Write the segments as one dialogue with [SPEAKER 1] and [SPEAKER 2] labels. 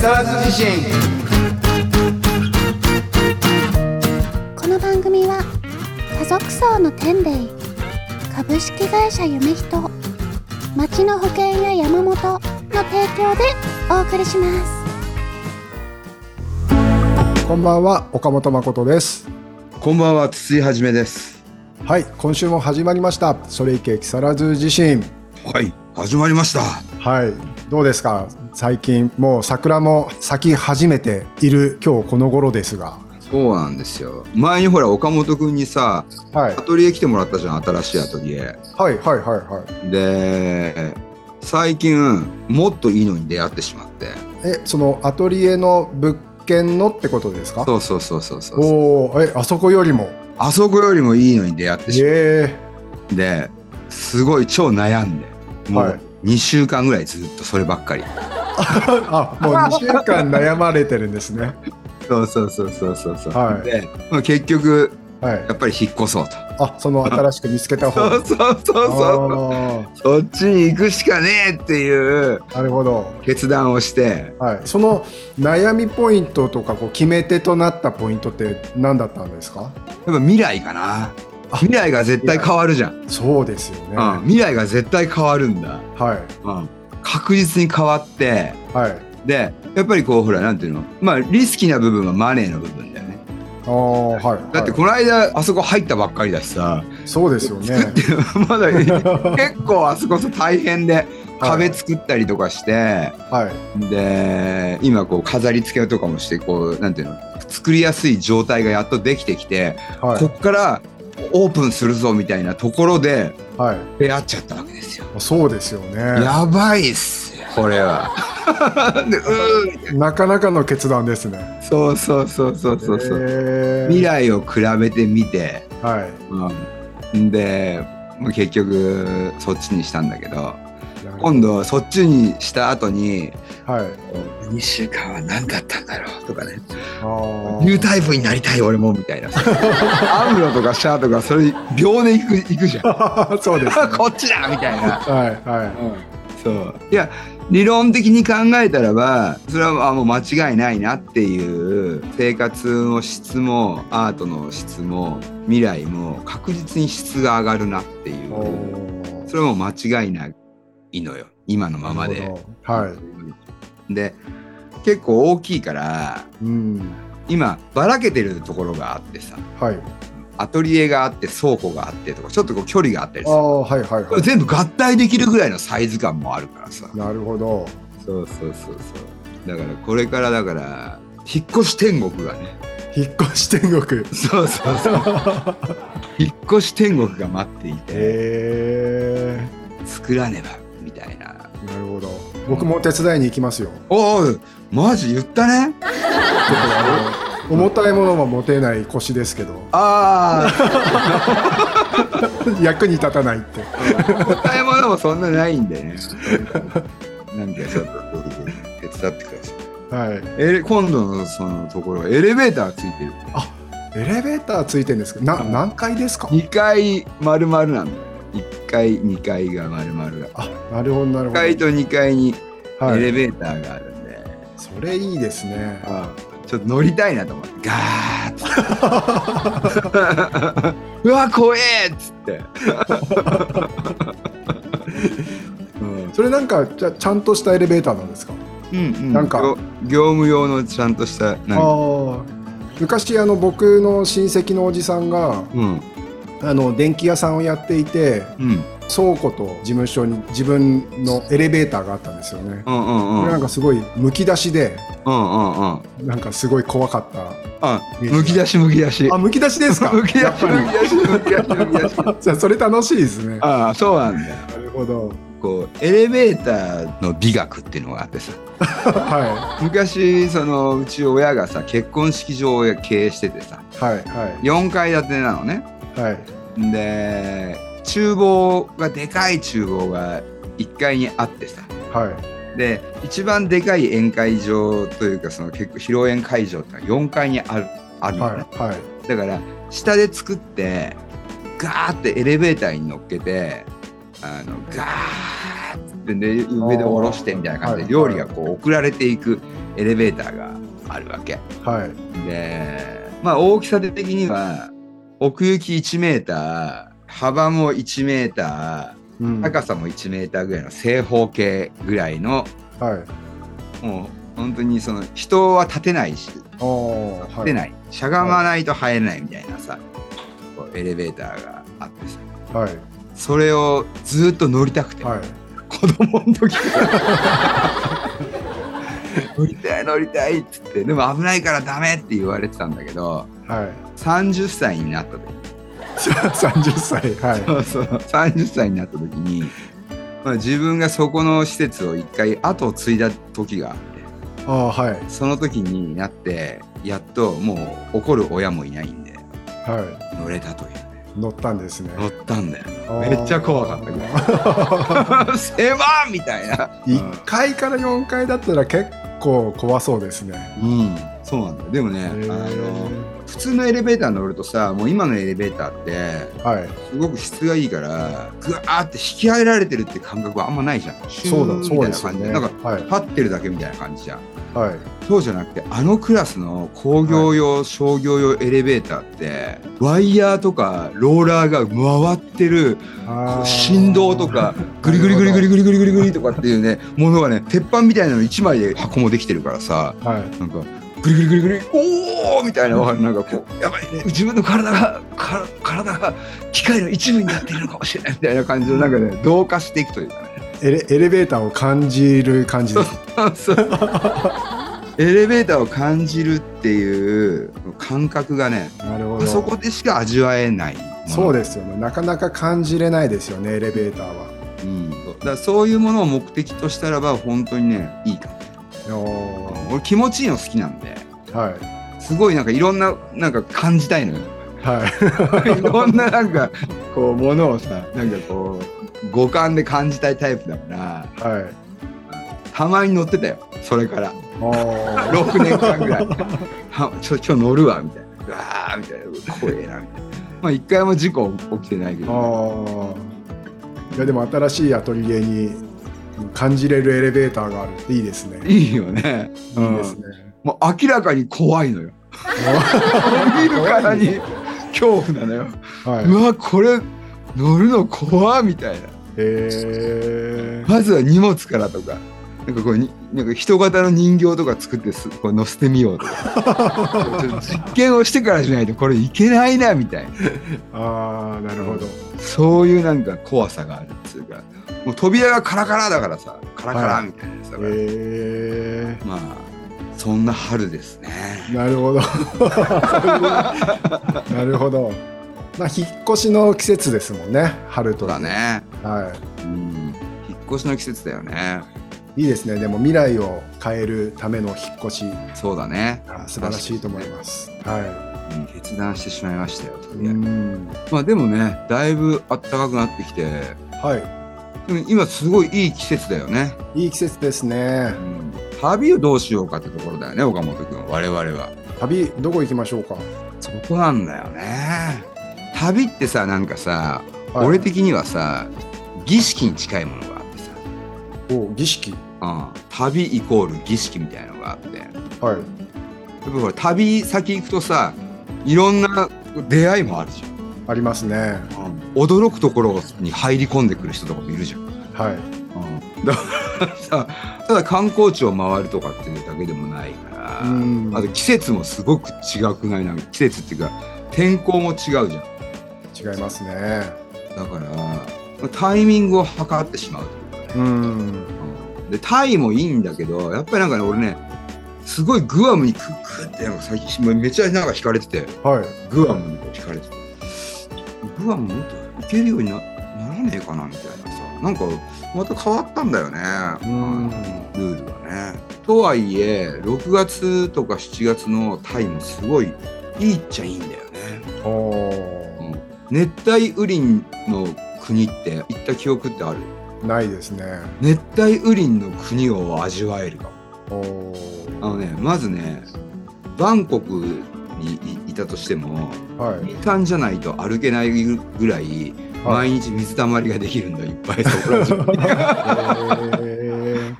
[SPEAKER 1] 沢津地震
[SPEAKER 2] この番組は家族層の天霊株式会社夢人町の保険や山本の提供でお送りします
[SPEAKER 3] こんばんは岡本誠です
[SPEAKER 1] こんばんは筒井はじめです
[SPEAKER 3] はい今週も始まりましたそれいけ木更津地震
[SPEAKER 1] はい始まりました
[SPEAKER 3] はいどうですか最近もう桜も咲き始めている今日この頃ですが
[SPEAKER 1] そうなんですよ前にほら岡本君にさ
[SPEAKER 3] はい
[SPEAKER 1] アトリエ来てもらったじゃん新しいアトリエ
[SPEAKER 3] はいはいはいはい
[SPEAKER 1] で最近もっといいのに出会ってしまって
[SPEAKER 3] えそのアトリエの物件のってことですか
[SPEAKER 1] そうそうそうそうそう
[SPEAKER 3] おおーえあそこよりも
[SPEAKER 1] あそこよりもいいのに出会ってしま
[SPEAKER 3] え
[SPEAKER 1] ってですごい超悩んでも
[SPEAKER 3] はいう
[SPEAKER 1] 2週間ぐらいずっとそればっかり
[SPEAKER 3] ー、 あもう2週間悩まれてるんですね
[SPEAKER 1] そうそうそうそうそうそう、
[SPEAKER 3] はい
[SPEAKER 1] で、まあ、結局
[SPEAKER 3] はい
[SPEAKER 1] やっぱり引っ越そうと
[SPEAKER 3] あその新しく見つけた方
[SPEAKER 1] そうそうそうそう
[SPEAKER 3] あ
[SPEAKER 1] そっちに行くしかねえっていう
[SPEAKER 3] ーなるほど
[SPEAKER 1] 決断をして
[SPEAKER 3] はい、その悩みポイントとかこう決め手となったポイントって何だったんですか
[SPEAKER 1] やっぱ未来かな未来が絶対変わるじゃん、
[SPEAKER 3] そうですよね、
[SPEAKER 1] うん、未来が絶対変わるんだ、
[SPEAKER 3] はい
[SPEAKER 1] うん、確実に変わって
[SPEAKER 3] はい
[SPEAKER 1] でやっぱりこうほらなんていうのまあリスキーな部分はマネーの部分だよね
[SPEAKER 3] ああはい
[SPEAKER 1] だって
[SPEAKER 3] は
[SPEAKER 1] この間あそこ入ったばっかりだしさ、
[SPEAKER 3] い、そうですよ
[SPEAKER 1] 作っ
[SPEAKER 3] ね
[SPEAKER 1] て まだ結構あそこさ大変で壁作ったりとかして、
[SPEAKER 3] はい
[SPEAKER 1] で今こう飾り付けとかもしてこうなんていうの作りやすい状態がやっとできてきて、
[SPEAKER 3] は
[SPEAKER 1] こっからオープンするぞみたいなところで
[SPEAKER 3] いはい
[SPEAKER 1] 出会っちゃったわけですよ。
[SPEAKER 3] そうですよね
[SPEAKER 1] やばいっすよこれは。 でうー
[SPEAKER 3] なかなかの決断ですね
[SPEAKER 1] そうそうそうそうそうそう。
[SPEAKER 3] えー
[SPEAKER 1] 未来を比べてみて、
[SPEAKER 3] はい
[SPEAKER 1] うん、でまあ結局そっちにしたんだけど
[SPEAKER 3] なるほど
[SPEAKER 1] 今度そっちにした後に
[SPEAKER 3] はい
[SPEAKER 1] 2週間は何だったんだろうとかね
[SPEAKER 3] あー
[SPEAKER 1] ニュータイプになりたい俺もみ たいなアムロとかシャアとかそれ秒で行く行くじゃん
[SPEAKER 3] そうです、ね、
[SPEAKER 1] こっちだみたいな、
[SPEAKER 3] はいは
[SPEAKER 1] そういや理論的に考えたらばそれはあもう間違いないなっていう生活の質もアートの質も未来も確実に質が上がるなってい
[SPEAKER 3] いうー
[SPEAKER 1] それはもう間違いないのよ今のまま
[SPEAKER 3] な
[SPEAKER 1] で
[SPEAKER 3] る。ほどはい
[SPEAKER 1] で結構大きいから
[SPEAKER 3] うん
[SPEAKER 1] 今ばらけてるところがあってさ
[SPEAKER 3] はい
[SPEAKER 1] アトリエがあって倉庫があってとかちょっとこう距離があったり
[SPEAKER 3] あ
[SPEAKER 1] する
[SPEAKER 3] あはいはい
[SPEAKER 1] こ
[SPEAKER 3] は
[SPEAKER 1] れ全部合体できるぐらいのサイズ感もあるからさ
[SPEAKER 3] いなるほど
[SPEAKER 1] そうそうそうそうだからこれからだから引っ越し天国がね
[SPEAKER 3] 引っ越し天国
[SPEAKER 1] そうそう そう引っ越し天国が待っていて
[SPEAKER 3] へ
[SPEAKER 1] 作らねばみたいな
[SPEAKER 3] えなるほど僕も手伝いに行き ますよ
[SPEAKER 1] おおマジ言ったね
[SPEAKER 3] 重たいものは持てない腰ですけど
[SPEAKER 1] あ
[SPEAKER 3] 役に立たないって
[SPEAKER 1] あ答え物もそんなないん でねなんかちょっと手伝ってください
[SPEAKER 3] はい
[SPEAKER 1] え今度のそのところエレベーターついてる
[SPEAKER 3] エレベーターついてるんですけどな何階ですか
[SPEAKER 1] 2階丸々なんだよ1階2階が丸々だ
[SPEAKER 3] あなるほどなる
[SPEAKER 1] 1階
[SPEAKER 3] ほ
[SPEAKER 1] と2階に
[SPEAKER 3] どは
[SPEAKER 1] エレ
[SPEAKER 3] い
[SPEAKER 1] ベーターがあるんで、
[SPEAKER 3] それいいですね
[SPEAKER 1] ちょっと乗りたいなと思ってガーッて うわ怖えっつって、 うん
[SPEAKER 3] それなんかじゃちゃんとしたエレベーターなんですか
[SPEAKER 1] うんうん
[SPEAKER 3] なんか
[SPEAKER 1] 業業務用のちゃんとしたなん
[SPEAKER 3] あ
[SPEAKER 1] か
[SPEAKER 3] あ昔あの僕の親戚のおじさんが
[SPEAKER 1] うん
[SPEAKER 3] あの電気屋さんをやっていて
[SPEAKER 1] うん
[SPEAKER 3] 倉庫と事務所に自分のエレベーターがあったんですよね
[SPEAKER 1] うんうんうん
[SPEAKER 3] これなんかすごいむき出しで
[SPEAKER 1] うんうんうん
[SPEAKER 3] なんかすごい怖かった
[SPEAKER 1] あむき出しむき出し
[SPEAKER 3] あ、むき出しですか。
[SPEAKER 1] むき出し
[SPEAKER 3] やっぱり
[SPEAKER 1] むき出しむき出しむき出し
[SPEAKER 3] じゃあ、それ楽しいですね。
[SPEAKER 1] ああそうなんだよ
[SPEAKER 3] なるほど。
[SPEAKER 1] こうエレベーターの美学っていうのがあってさ
[SPEAKER 3] は
[SPEAKER 1] 昔そのうち親がさ結婚式場を経営しててさ
[SPEAKER 3] い。はい。は
[SPEAKER 1] 4階建てなのね
[SPEAKER 3] い。はい。
[SPEAKER 1] で厨房がでかい厨房が1階にあってさ
[SPEAKER 3] はい。
[SPEAKER 1] で一番でかい宴会場というかその結構披露宴会場ってのは4階にあるあるのね、
[SPEAKER 3] はい。はい。
[SPEAKER 1] だから下で作ってガーってエレベーターに乗っけてあのガーッて、ね、上で下ろしてみたいな感じで料理がこう送られていくエレベーターがあるわけ
[SPEAKER 3] はい。
[SPEAKER 1] でまあ大きさ的には奥行き1メーター幅も1メータ
[SPEAKER 3] うん
[SPEAKER 1] ー高さも1メーターぐらいの正方形ぐらいの
[SPEAKER 3] はい。
[SPEAKER 1] もう本当にその人は立てないし
[SPEAKER 3] おー
[SPEAKER 1] 立てない、しゃがまないと入れないみたいなさ、こうエレベーターがあってさ
[SPEAKER 3] はい。はい。
[SPEAKER 1] それをずっと乗りたくて、
[SPEAKER 3] はい。
[SPEAKER 1] 子供の時から乗りたい乗りたいっつってでも危ないからダメって言われてたんだけど
[SPEAKER 3] はい。
[SPEAKER 1] 30歳になった時
[SPEAKER 3] 30歳。は
[SPEAKER 1] そうそう30歳になった時に、まあ、自分がそこの施設を一回後を継いだ時があって
[SPEAKER 3] い。ああ、はい。
[SPEAKER 1] その時になってやっともう怒る親もいないんで
[SPEAKER 3] は
[SPEAKER 1] 乗れたというね
[SPEAKER 3] い。乗ったんですね。
[SPEAKER 1] 乗ったんだ よ
[SPEAKER 3] あー
[SPEAKER 1] めっちゃ怖か ったけど狭っみたいな、
[SPEAKER 3] 1階から4階だったら結構怖そうですね。
[SPEAKER 1] うん、そうなんだよでもねあの普通のエレベーター乗るとさもう今のエレベーターって
[SPEAKER 3] はい。
[SPEAKER 1] すごく質がいいからグワーって引き上げられてるって感覚はあんまないじゃん
[SPEAKER 3] そうだ、
[SPEAKER 1] シューン
[SPEAKER 3] そう
[SPEAKER 1] みたいな感じな
[SPEAKER 3] ですよね。
[SPEAKER 1] んか
[SPEAKER 3] はい。
[SPEAKER 1] 立ってるだけみたいな感じじゃん
[SPEAKER 3] はい。
[SPEAKER 1] そうじゃなくてあのクラスの工業用、商業用エレベーターってワイヤーとかローラーが回ってるこ
[SPEAKER 3] あー
[SPEAKER 1] う振動と。かグリグリグリグリグリグリグリグリとかっていうねものがね鉄板みたいなの1枚で箱もできてるからさ
[SPEAKER 3] はい。
[SPEAKER 1] なんかグリグリグリグリおーみたいなわかるなんかこうやばいね自分の体がから体が機械の一部になっているのかもしれないみたいな感じのなんかね同化していくというかね
[SPEAKER 3] エレエレベーターを感じる感じです。
[SPEAKER 1] そうエレベーターを感じるっていう感覚がね
[SPEAKER 3] なるほ
[SPEAKER 1] あ
[SPEAKER 3] ど。
[SPEAKER 1] そこでしか味わえない
[SPEAKER 3] そう
[SPEAKER 1] で
[SPEAKER 3] ですよね。なかなか感じれないですよね、エレベーターは。
[SPEAKER 1] す、うん、だからそういうものを目的としたらば本当にねいいかも
[SPEAKER 3] おー
[SPEAKER 1] 俺気持ちいいの好きなんで
[SPEAKER 3] はい。
[SPEAKER 1] すごいなんかいろんななんか感じた いのよ
[SPEAKER 3] はい。
[SPEAKER 1] いろんななんかこうものをさなんかこう五感で感じたいタイプだから
[SPEAKER 3] はい。
[SPEAKER 1] たまに乗ってたよそれから
[SPEAKER 3] おー
[SPEAKER 1] 6年間ぐらい あちょ今日乗るわみたいなうわーみたいな怖えなみたいなまあ一回も事故起きてないけど、ね、
[SPEAKER 3] ああいやでも新しいアトリエに感じれるエレベーターがあるっていいですね。いい
[SPEAKER 1] いいよねうん
[SPEAKER 3] ですね。
[SPEAKER 1] もう明らかに怖いのよ見るからに恐怖なのよ、う
[SPEAKER 3] はい。
[SPEAKER 1] わこれ乗るの怖っみたいな
[SPEAKER 3] えー、
[SPEAKER 1] まずは荷物からとかなんかこうになんか人型の人形とか作ってすこう乗せてみようとか ちょっと実験をしてからじゃないとこれいけないなみたいな
[SPEAKER 3] ああなるほど。
[SPEAKER 1] そういうなんか怖さがあるっていうか、もう扉がカラカラだからさ、カラカラ
[SPEAKER 3] はい
[SPEAKER 1] みたいなさ、
[SPEAKER 3] え
[SPEAKER 1] まあそんな春ですね。
[SPEAKER 3] ー、なるほど。 なるほど。まあ引っ越しの季節ですもんね。春
[SPEAKER 1] そ
[SPEAKER 3] と
[SPEAKER 1] うだ。ね。
[SPEAKER 3] は
[SPEAKER 1] うん。引っ越しの季節だよね。
[SPEAKER 3] い。いいですね。でも未来を変えるための引っ越し、
[SPEAKER 1] そうだね。
[SPEAKER 3] あー素晴らしいと思います。は
[SPEAKER 1] うん決断してしまいましたよ。と
[SPEAKER 3] い。
[SPEAKER 1] りあえず
[SPEAKER 3] ん。
[SPEAKER 1] まあでもね、だいぶ暖かくなってきて、
[SPEAKER 3] は
[SPEAKER 1] でも今すごいいい季節だよね。
[SPEAKER 3] い。いい季節ですね
[SPEAKER 1] う。ん。旅をどうしようかってところだよね、岡本君。我々は。
[SPEAKER 3] 旅どこ行きましょうか。
[SPEAKER 1] そこなんだよね。旅ってさ、なんかさ、
[SPEAKER 3] はい
[SPEAKER 1] 俺的にはさ儀式に近いものがあってさ、
[SPEAKER 3] お儀式
[SPEAKER 1] うん、旅イコール儀式みたいなのがあってやっ
[SPEAKER 3] はい
[SPEAKER 1] ぱほら旅先行くとさいろんな出会いもあるじ
[SPEAKER 3] ありますね
[SPEAKER 1] ゃん、驚くところに入り込んでくる人とかもいるじゃん、
[SPEAKER 3] はい
[SPEAKER 1] だからさただ観光地を回るとかっていうだけでもないから、
[SPEAKER 3] うん
[SPEAKER 1] あと季節もすごく違くないな季節っていうか天候も違うじゃん
[SPEAKER 3] 違いますね
[SPEAKER 1] だからタイミングを測ってしまうというかね
[SPEAKER 3] うん
[SPEAKER 1] でタイもいいんだけどやっぱりなんかね俺ねすごいグアムにクックってなんか最近めっちゃなんか惹かれてて
[SPEAKER 3] はい
[SPEAKER 1] グアムに惹かれててグアムもっと行けるようになならねえかなみたいなさなんかまた変わったんだよね
[SPEAKER 3] うん
[SPEAKER 1] ルールがね。とはいえ6月とか7月のタイもすごいいいっちゃいいんだよね。
[SPEAKER 3] おお
[SPEAKER 1] 熱帯雨林の国って行った記憶ってある
[SPEAKER 3] ーないですね
[SPEAKER 1] 熱帯雨林の国を味わえるかも
[SPEAKER 3] おお
[SPEAKER 1] あのねまずねバンコクにいいたとしても
[SPEAKER 3] はい
[SPEAKER 1] 民間じゃないと歩けないぐらい
[SPEAKER 3] はい
[SPEAKER 1] 毎日水たまりができるんだよいっぱいそこら中 に
[SPEAKER 3] え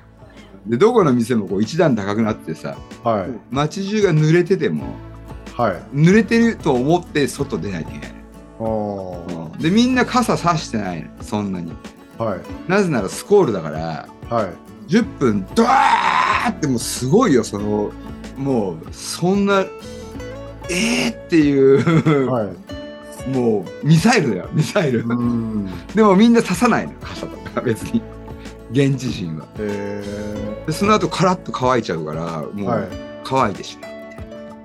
[SPEAKER 1] でどこの店もこう一段高くなってさ
[SPEAKER 3] ーはい
[SPEAKER 1] 街中が濡れてても
[SPEAKER 3] はい
[SPEAKER 1] 濡れてると思って外出ないといけない
[SPEAKER 3] おー
[SPEAKER 1] でみんな傘さしてないのそんなに
[SPEAKER 3] はい
[SPEAKER 1] なぜならスコールだから
[SPEAKER 3] はい
[SPEAKER 1] 10分ドワーってもうすごいよそのもうそんなえーっていう、
[SPEAKER 3] はい
[SPEAKER 1] もうミサイルだよミサイル、
[SPEAKER 3] うーん
[SPEAKER 1] でもみんな刺さないの傘とか別に現地人は
[SPEAKER 3] え
[SPEAKER 1] でその後カラッと乾いちゃうからも
[SPEAKER 3] ー
[SPEAKER 1] う、
[SPEAKER 3] はい
[SPEAKER 1] 乾いてしまう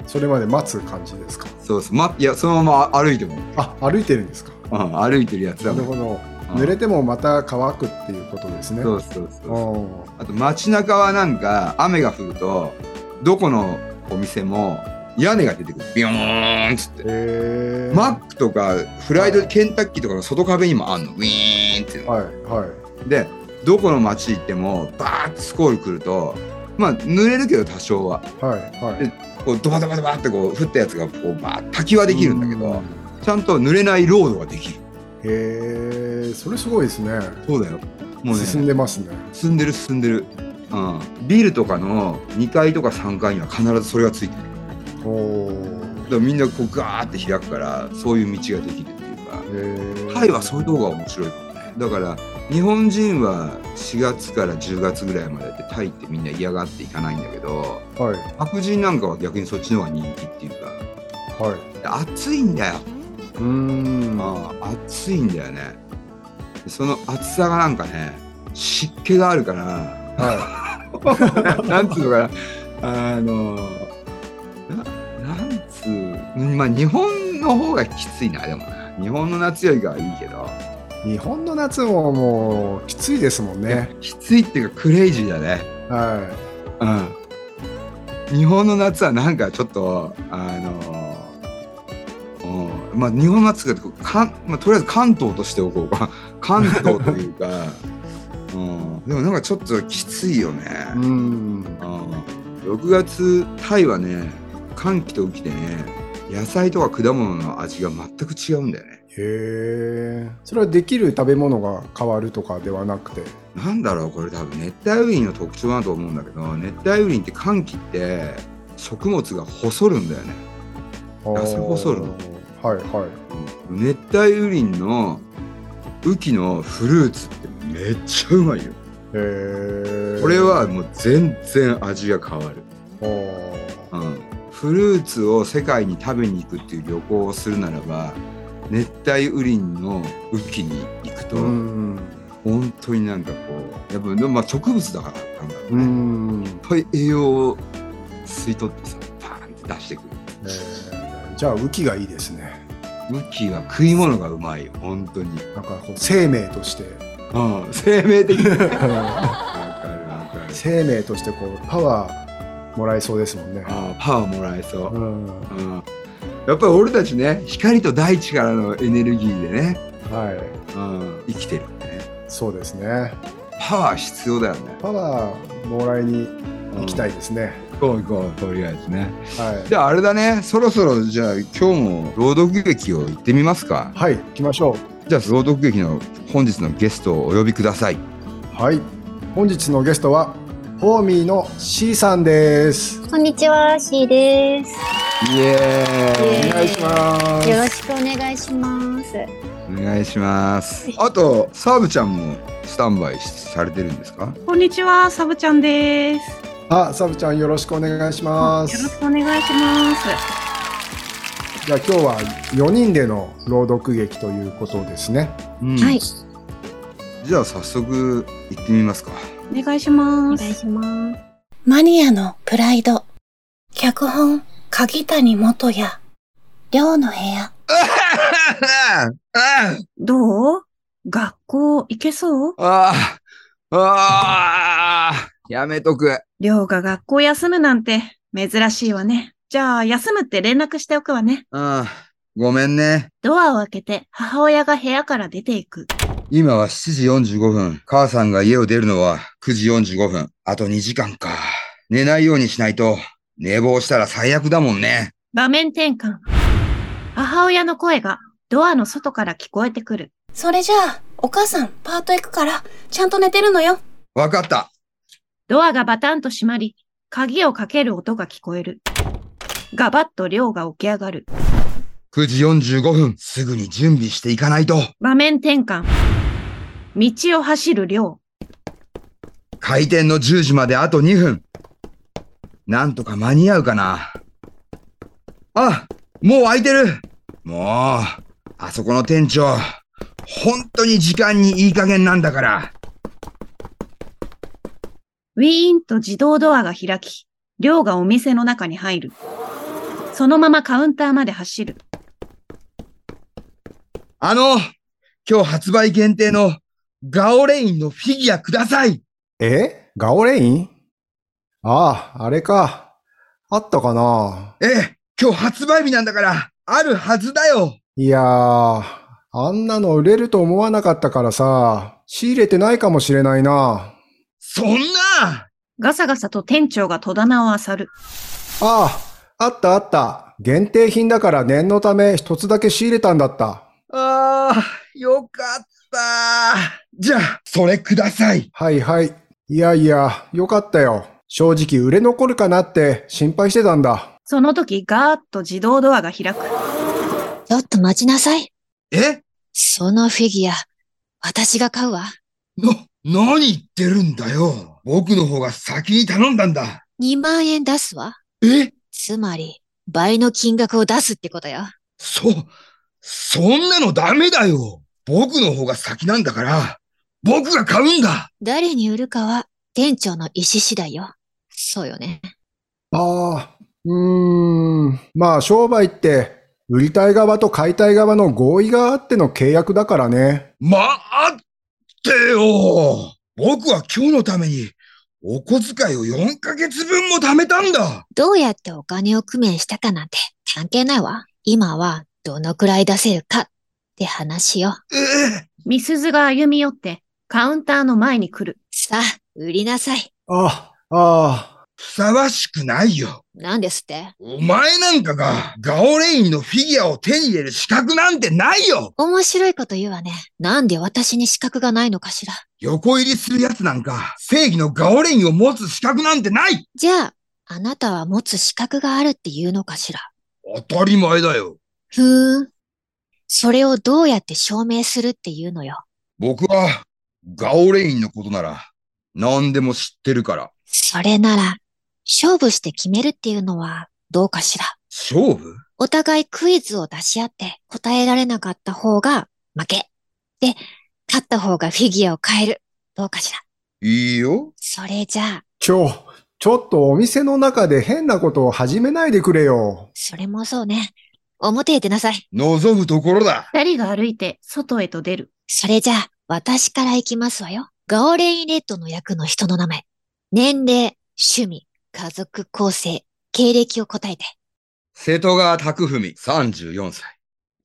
[SPEAKER 3] それまで待つ感じですか
[SPEAKER 1] そうそう、ま、いやそのまま歩いても、
[SPEAKER 3] あ歩いてるんですか
[SPEAKER 1] うん、歩いてるやつだ
[SPEAKER 3] なる
[SPEAKER 1] もん
[SPEAKER 3] ほど
[SPEAKER 1] うん
[SPEAKER 3] 濡れてもまた乾くっていうことですね
[SPEAKER 1] そうそうそうそう
[SPEAKER 3] おー
[SPEAKER 1] あと街中はなんか雨が降るとどこのお店も屋根が出てくるビヨーンっつって
[SPEAKER 3] えー
[SPEAKER 1] マックとかフライド
[SPEAKER 3] はい
[SPEAKER 1] ケンタッキーとかの外壁にもあんのウィーンっていうの
[SPEAKER 3] はいはい
[SPEAKER 1] でどこの街行ってもバーッてスコール来るとまあ濡れるけど多少は
[SPEAKER 3] はいはい
[SPEAKER 1] でこうドバドバドバってこう降ったやつがこうバーッ滝はできるんだけ
[SPEAKER 3] う
[SPEAKER 1] どちゃんと濡れないロードができる
[SPEAKER 3] へえそれすごいですね
[SPEAKER 1] そうだよもうね
[SPEAKER 3] 進んでますね
[SPEAKER 1] 進んでる進んでる、うん、ビルとかの2階とか3階には必ずそれがついてる
[SPEAKER 3] おー
[SPEAKER 1] だからみんなこうガーって開くからそういう道ができるっていうか
[SPEAKER 3] へー
[SPEAKER 1] タイはそういうとこが面白いかもねだから日本人は4月から10月ぐらいまでってタイってみんな嫌がっていかないんだけど
[SPEAKER 3] はい
[SPEAKER 1] 白人なんかは逆にそっちの方が人気っていうか
[SPEAKER 3] はい
[SPEAKER 1] で暑いんだよ、
[SPEAKER 3] うーん
[SPEAKER 1] まあ、暑いんだよねでその暑さがなんかね湿気があるから
[SPEAKER 3] は
[SPEAKER 1] なんつうのかなあのななんつうまあ日本の方がきついなでもな日本の夏よりかはいいけど、
[SPEAKER 3] い日本の夏ももうきついですもんね
[SPEAKER 1] きついっていうかクレイジーだね
[SPEAKER 3] は
[SPEAKER 1] うん日本の夏はなんかちょっとあのうんまあ日本の夏がかん、まあ、とりあえず関東としておこうか 関東というか、うん、でもなんかちょっときついよね、
[SPEAKER 3] いうーん
[SPEAKER 1] 6月タイはね寒気と雨季でね野菜とか果物の味が全く違うんだよね
[SPEAKER 3] へえそれはできる食べ物が変わるとかではなくて
[SPEAKER 1] なんだろうこれ多分熱帯雨林の特徴だと思うんだけど熱帯雨林って寒気って食物が細るんだよね
[SPEAKER 3] あー
[SPEAKER 1] それこそあるの
[SPEAKER 3] はいはい
[SPEAKER 1] 熱帯雨林の雨季のフルーツってめっちゃうまいよ
[SPEAKER 3] へえ
[SPEAKER 1] これはもう全然味が変わる、
[SPEAKER 3] あー
[SPEAKER 1] うん、フルーツを世界に食べに行くっていう旅行をするならば熱帯雨林の雨季に行くと、
[SPEAKER 3] うーん
[SPEAKER 1] 本当になんかこうやっぱでもまあ植物だからなんだろ
[SPEAKER 3] う
[SPEAKER 1] う
[SPEAKER 3] ー
[SPEAKER 1] ね、いっ
[SPEAKER 3] ん
[SPEAKER 1] ぱい栄養を吸い取ってさパーンって出してくる
[SPEAKER 3] えーじゃあ雨季がいいですね
[SPEAKER 1] 雨季は食い物がうまいよ本当に、
[SPEAKER 3] なんかこう生命として
[SPEAKER 1] うん、生命的にわか
[SPEAKER 3] うん
[SPEAKER 1] るわかる
[SPEAKER 3] 生命としてこうパワーもらえそうですもんね。
[SPEAKER 1] あーパワーもらえそうう、うん
[SPEAKER 3] ん、
[SPEAKER 1] やっぱり俺たちね光と大地からのエネルギーでね、
[SPEAKER 3] はい、
[SPEAKER 1] うん、生きてるんでね
[SPEAKER 3] そうですね。
[SPEAKER 1] パワー必要だよね
[SPEAKER 3] パワーもらいに行きたいですね。
[SPEAKER 1] 行こう行こうとりあえずね
[SPEAKER 3] はい、
[SPEAKER 1] じゃああれだねそろそろじゃあ今日も朗読劇を行ってみますか
[SPEAKER 3] はい、行きましょ
[SPEAKER 1] じゃあ朗読劇の本日のゲストをお呼びください。
[SPEAKER 3] う。はい、本日のゲストはホーミーの C さんです。
[SPEAKER 2] こんにちは、シーです。
[SPEAKER 1] イエー
[SPEAKER 2] イエ
[SPEAKER 1] イ。
[SPEAKER 3] お願いします。
[SPEAKER 2] よろしくお願いします。
[SPEAKER 1] お願いします。あとサーブちゃんもスタンバイされてるんですか？
[SPEAKER 4] こんにちは、サブちゃんです。よ
[SPEAKER 3] あ、サブちゃんよろしくお願いしま
[SPEAKER 4] ろ
[SPEAKER 3] す。
[SPEAKER 4] しくお願いします。
[SPEAKER 3] じゃあ今日は4人での朗読劇ということですね。
[SPEAKER 1] うん
[SPEAKER 2] はい、
[SPEAKER 1] じゃあ早速行ってみます か。
[SPEAKER 4] お願いし
[SPEAKER 2] お
[SPEAKER 4] ます。
[SPEAKER 2] 願いします。
[SPEAKER 5] マニアのプライド。脚本、鍵谷元也。寮の部屋。
[SPEAKER 4] どう学校行けそう
[SPEAKER 1] ああああやめとく。
[SPEAKER 4] りょうが学校休むなんて珍しいわね。じゃあ、休むって連絡しておくわね。
[SPEAKER 1] うんごめんね。
[SPEAKER 4] ドアを開けて母親が部屋から出ていく。
[SPEAKER 1] 今は7時45分。母さんが家を出るのは9時45分。あと2時間か。寝ないようにしないと寝坊したら最悪だもんね。
[SPEAKER 4] 場面転換。母親の声がドアの外から聞こえてくる。
[SPEAKER 5] それじゃあ、お母さん、パート行くから、ちゃんと寝てるのよ。
[SPEAKER 1] わかった。
[SPEAKER 4] ドアがバタンと閉まり、鍵をかける音が聞こえる。ガバッと亮が起き上がる。
[SPEAKER 1] 9時45分、すぐに準備していかないと。
[SPEAKER 4] 場面転換。道を走る亮。
[SPEAKER 1] 開店の10時まであと2分。なんとか間に合うかな。あ、もう開いてる。もう、あそこの店長、本当に時間にいい加減なんだから。
[SPEAKER 4] ウィーンと自動ドアが開き、亮がお店の中に入る。そのままカウンターまで走る。
[SPEAKER 1] あの、今日発売限定のガオレインのフィギュアください。
[SPEAKER 3] えガオレインああ、あれか。あったかな
[SPEAKER 1] ええ、今日発売日なんだから、あるはずだよ。
[SPEAKER 3] いやー、あんなの売れると思わなかったからさ、仕入れてないかもしれないな。
[SPEAKER 1] そんな
[SPEAKER 4] ガサガサと店長が戸棚を漁る。
[SPEAKER 3] ああ、あったあった。限定品だから念のため一つだけ仕入れたんだった。
[SPEAKER 1] ああ、よかった。じゃあ、それください。
[SPEAKER 3] はいはい。いやいや、よかったよ。正直売れ残るかなって心配してたんだ。
[SPEAKER 4] その時ガーッと自動ドアが開く。
[SPEAKER 6] ちょっと待ちなさい。
[SPEAKER 1] え
[SPEAKER 6] そのフィギュア、私が買うわ。
[SPEAKER 1] な、何言ってるんだよ。僕の方が先に頼んだんだ。
[SPEAKER 6] 2万円出すわ。
[SPEAKER 1] え
[SPEAKER 6] つまり、倍の金額を出すってことよ。
[SPEAKER 1] そ、そんなのダメだよ。僕の方が先なんだから、僕が買うんだ。
[SPEAKER 6] 誰に売るかは、店長の意思次第よ。そうよね。
[SPEAKER 3] ああ、うーん。まあ商売って、売りたい側と買いたい側の合意があっての契約だからね。
[SPEAKER 1] 待ってよ。僕は今日のために、お小遣いを4ヶ月分も貯めたんだ。
[SPEAKER 6] どうやってお金を工面したかなんて関係ないわ。今は、どのくらい出せるかって話よ。
[SPEAKER 1] ええ
[SPEAKER 4] みすずが歩み寄って、カウンターの前に来る。
[SPEAKER 6] さあ、売りなさい。
[SPEAKER 3] ああ、ああ、
[SPEAKER 1] ふさわしくないよ。
[SPEAKER 6] なんですって
[SPEAKER 1] お前なんかがガオレインのフィギュアを手に入れる資格なんてないよ
[SPEAKER 6] 面白いこと言うわね。なんで私に資格がないのかしら。
[SPEAKER 1] 横入りするやつなんか、正義のガオレインを持つ資格なんてない
[SPEAKER 6] じゃあ、あなたは持つ資格があるっていうのかしら。
[SPEAKER 1] 当たり前だよ。
[SPEAKER 6] ふーん。それをどうやって証明するっていうのよ。
[SPEAKER 1] 僕は、ガオレインのことなら、何でも知ってるから。
[SPEAKER 6] それなら、勝負して決めるっていうのはどうかしら。
[SPEAKER 1] 勝負
[SPEAKER 6] お互いクイズを出し合って答えられなかった方が負け。で、勝った方がフィギュアを変える。どうかしら。
[SPEAKER 1] いいよ。
[SPEAKER 6] それじゃあ、
[SPEAKER 3] ちょ、ちょっとお店の中で変なことを始めないでくれよ。
[SPEAKER 6] それもそうね。表へ出なさい。
[SPEAKER 1] 望むところだ。
[SPEAKER 4] 二人が歩いて外へと出る。
[SPEAKER 6] それじゃあ、私から行きますわよ。ガオレインレッドの役の人の名前。年齢、趣味、家族構成、経歴を答えて。
[SPEAKER 1] 瀬戸川拓文、34歳。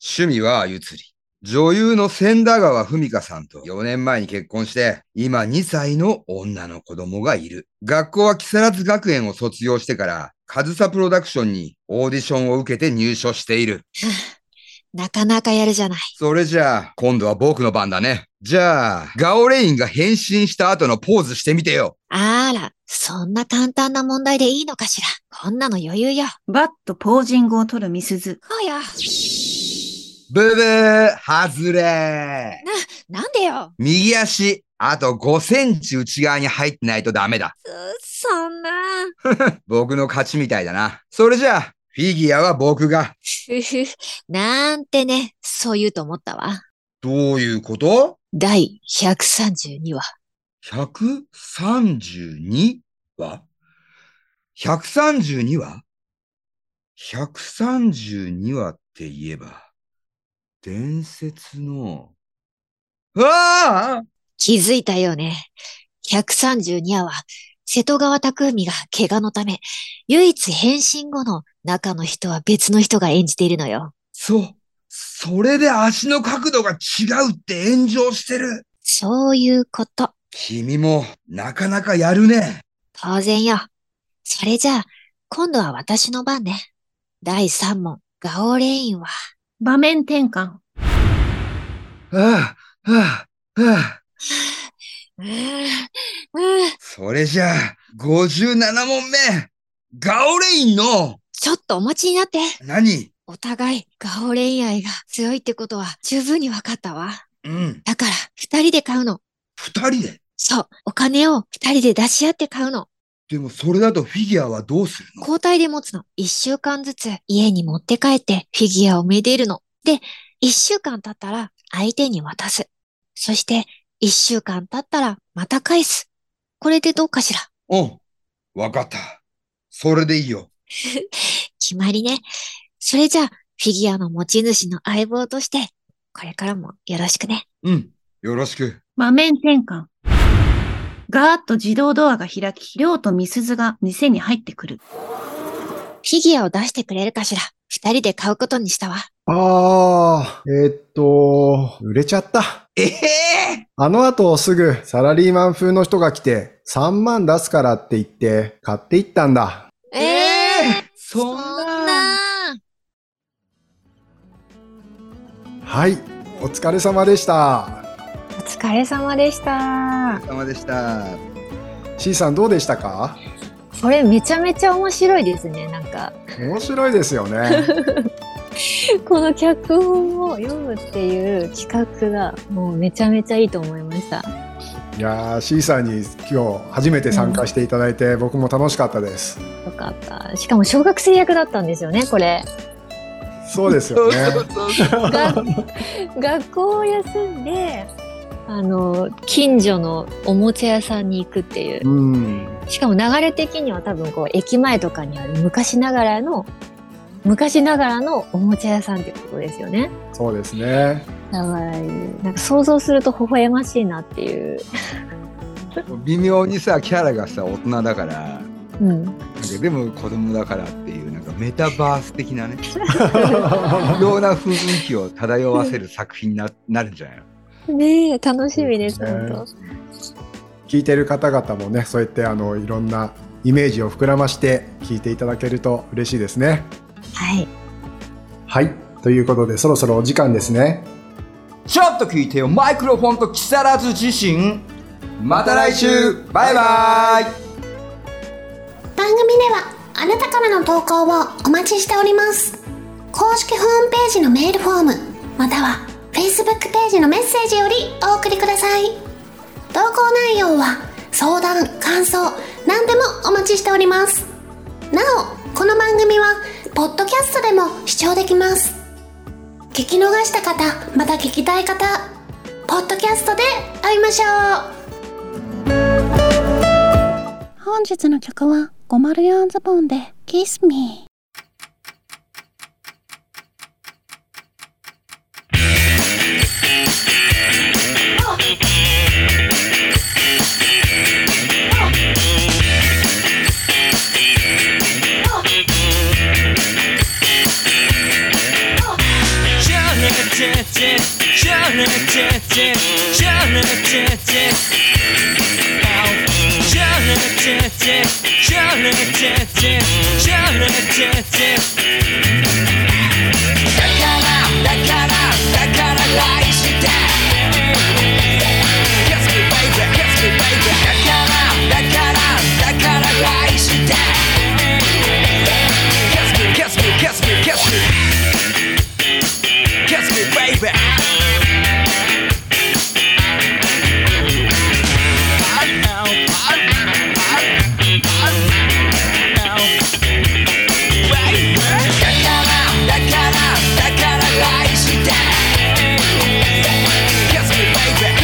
[SPEAKER 1] 趣味はゆ釣り。女優の千田川文香さんと4年前に結婚して、今2歳の女の子供がいる。学校は木更津学園を卒業してから、カズサプロダクションにオーディションを受けて入所している。
[SPEAKER 6] なかなかやるじゃない。
[SPEAKER 1] それじゃあ、今度は僕の番だね。じゃあ、ガオレインが変身した後のポーズしてみてよ。
[SPEAKER 6] あら、そんな簡単な問題でいいのかしら。こんなの余裕よ。
[SPEAKER 4] バッとポージングを取るみすず。
[SPEAKER 6] こうよ。
[SPEAKER 1] ブブー、外れ
[SPEAKER 6] なんでよ。
[SPEAKER 1] 右足、あと5センチ内側に入ってないとダメだ。
[SPEAKER 6] うそんな。
[SPEAKER 1] 僕の勝ちみたいだな。それじゃあ、フィギュアは僕が。
[SPEAKER 6] ふふ。なんてね、そう言うと思ったわ。
[SPEAKER 1] どういうこと
[SPEAKER 6] 第132話。
[SPEAKER 1] ?132 は ?132 は ?132 はって言えば、伝説の、ああ
[SPEAKER 6] 気づいたよね。132話は、瀬戸川拓海が怪我のため、唯一変身後の中の人は別の人が演じているのよ。
[SPEAKER 1] そう。それで足の角度が違うって炎上してる。
[SPEAKER 6] そういうこと。
[SPEAKER 1] 君も、なかなかやるね。
[SPEAKER 6] 当然よ。それじゃあ、今度は私の番ね。第3問、ガオレインは、
[SPEAKER 4] 場面転換。
[SPEAKER 1] ああ、ああ、ああ。
[SPEAKER 6] うーうー
[SPEAKER 1] それじゃあ、57問目ガオレインの
[SPEAKER 6] ちょっとお待ちになって。
[SPEAKER 1] 何
[SPEAKER 6] お互い、ガオ恋愛が強いってことは十分に分かったわ。
[SPEAKER 1] うん、
[SPEAKER 6] だから、二人で買うの。
[SPEAKER 1] 二人で。
[SPEAKER 6] そう、お金を二人で出し合って買うの。
[SPEAKER 1] でもそれだとフィギュアはどうするの
[SPEAKER 6] 交代で持つの。一週間ずつ家に持って帰ってフィギュアをめでるの。で、一週間経ったら相手に渡す。そして、一週間経ったらまた返す。これでどうかしら
[SPEAKER 1] うん、わかった。それでいいよ。
[SPEAKER 6] 決まりね。それじゃあ、フィギュアの持ち主の相棒として、これからもよろしくね。
[SPEAKER 1] うん、よろしく。
[SPEAKER 4] 場面転換。ガーッと自動ドアが開き、りょうとみすずが店に入ってくる。
[SPEAKER 6] フィギュアを出してくれるかしら。二人で買うことにしたわ。
[SPEAKER 3] ああ、えーっと、売れちゃった。
[SPEAKER 1] ええ
[SPEAKER 3] あの後すぐサラリーマン風の人が来て、3万出すからって言って買っていったんだ。
[SPEAKER 1] ええそんな。
[SPEAKER 6] な。
[SPEAKER 3] はい、お疲れ様でした。
[SPEAKER 5] お疲れ様でした
[SPEAKER 1] お疲れ様でした。
[SPEAKER 3] C さんどうでしたか
[SPEAKER 5] これめちゃめちゃ面白いですねなんか
[SPEAKER 3] 面白いですよ ね。
[SPEAKER 5] この脚本を読むっていう企画がもうめちゃめちゃいいと思いました
[SPEAKER 3] いやー C さんに今日初めて参加していただいて、僕も楽しかったです。
[SPEAKER 5] よかったしかも小学生役だったんですよねこれ
[SPEAKER 3] そうですよね。
[SPEAKER 5] が学校を休んであの近所のおもちゃ屋さんに行くっていう
[SPEAKER 3] うん。
[SPEAKER 5] しかも流れ的には多分こう駅前とかにある昔ながらの昔ながらのおもちゃ屋さんってことですよね。
[SPEAKER 3] そうですね。
[SPEAKER 5] だからなんか想像すると微笑ましいなっていう。
[SPEAKER 1] 微妙にさ、キャラがさ、大人だから、なん
[SPEAKER 5] うん。
[SPEAKER 1] かでも子供だからっていう、なんかメタバース的 なね、いろんな雰囲気を漂わせる作品にななるんじゃないの
[SPEAKER 5] ねえ楽しみです
[SPEAKER 3] ね
[SPEAKER 5] 本
[SPEAKER 3] 聞いてる方々もね、そうやってあのいろんなイメージを膨らまして聞いていただけると嬉しいですね。
[SPEAKER 5] 当。はい。
[SPEAKER 3] はい。ということで、そろそろお時間ですね。
[SPEAKER 1] ちょっと聞いてよマイクロフォンと木更津自身また来週バイバイ
[SPEAKER 2] 番組ではあなたからの投稿をお待ちしております公式ホームページのメールフォームまたは Facebook ページのメッセージよりお送りください投稿内容は相談感想何でもお待ちしておりますなおこの番組はポッドキャストでも視聴できます聞き逃した方また聞きたい方ポッドキャストで会いましょう本日の曲は504ズボンで Kiss Me
[SPEAKER 7] だから愛して Kiss me baby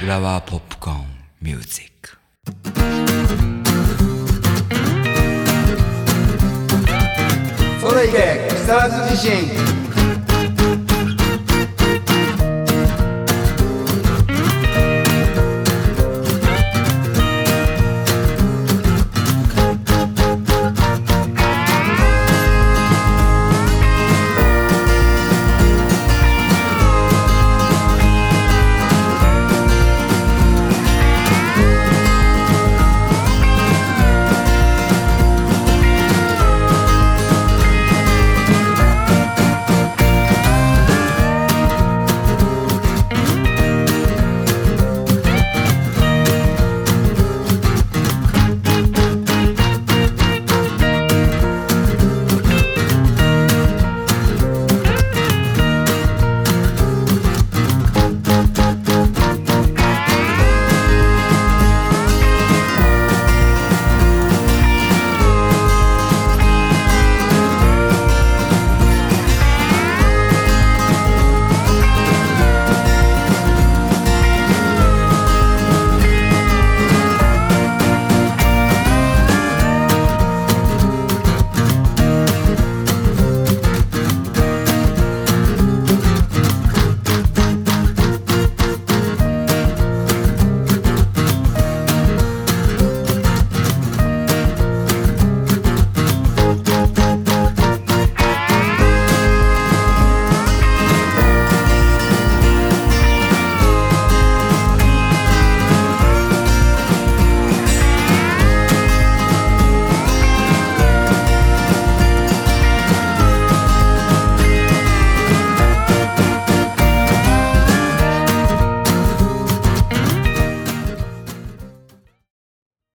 [SPEAKER 7] フラワーポップコーンミュージック
[SPEAKER 1] それいけ木更津地震